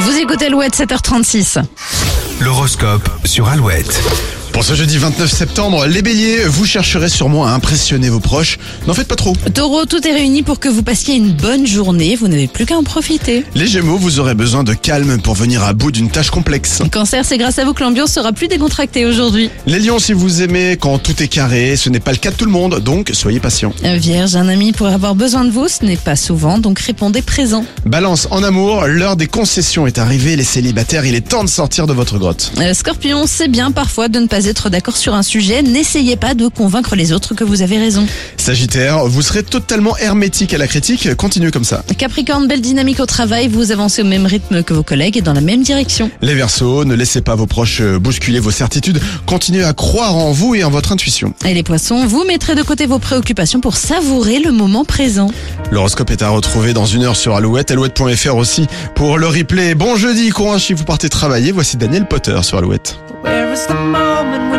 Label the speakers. Speaker 1: Vous écoutez Louette 7h36.
Speaker 2: L'horoscope sur Alouette.
Speaker 3: Pour ce jeudi 29 septembre, les béliers, vous chercherez sûrement à impressionner vos proches. N'en faites pas trop.
Speaker 1: Taureau, tout est réuni pour que vous passiez une bonne journée. Vous n'avez plus qu'à en profiter.
Speaker 3: Les gémeaux, vous aurez besoin de calme pour venir à bout d'une tâche complexe.
Speaker 1: Cancer, c'est grâce à vous que l'ambiance sera plus décontractée aujourd'hui.
Speaker 3: Les lions, si vous aimez quand tout est carré, ce n'est pas le cas de tout le monde, donc soyez patient.
Speaker 1: Euh, Vierge, un ami pourrait avoir besoin de vous. Ce n'est pas souvent, donc répondez présent.
Speaker 3: Balance en amour, l'heure des concessions est arrivée, les célibataires, il est temps de sortir de votre grotte.
Speaker 1: Euh, Scorpion, c'est bien parfois de ne pas être d'accord sur un sujet. N'essayez pas de convaincre les autres que vous avez raison.
Speaker 3: Sagittaire, vous serez totalement hermétique à la critique, continuez comme ça.
Speaker 1: Capricorne, belle dynamique au travail. Vous avancez au même rythme que vos collègues et dans la même direction.
Speaker 3: Les Verseaux, ne laissez pas vos proches euh, bousculer vos certitudes, continuez à croire en vous et en votre intuition.
Speaker 1: Et les poissons, vous mettrez de côté vos préoccupations pour savourer le moment présent.
Speaker 3: L'horoscope est à retrouver dans une heure sur Alouette, alouette.fr aussi pour le replay. Bon jeudi, courage si vous partez travailler, voici Daniel Potter sur Alouette.
Speaker 4: Where is the moment?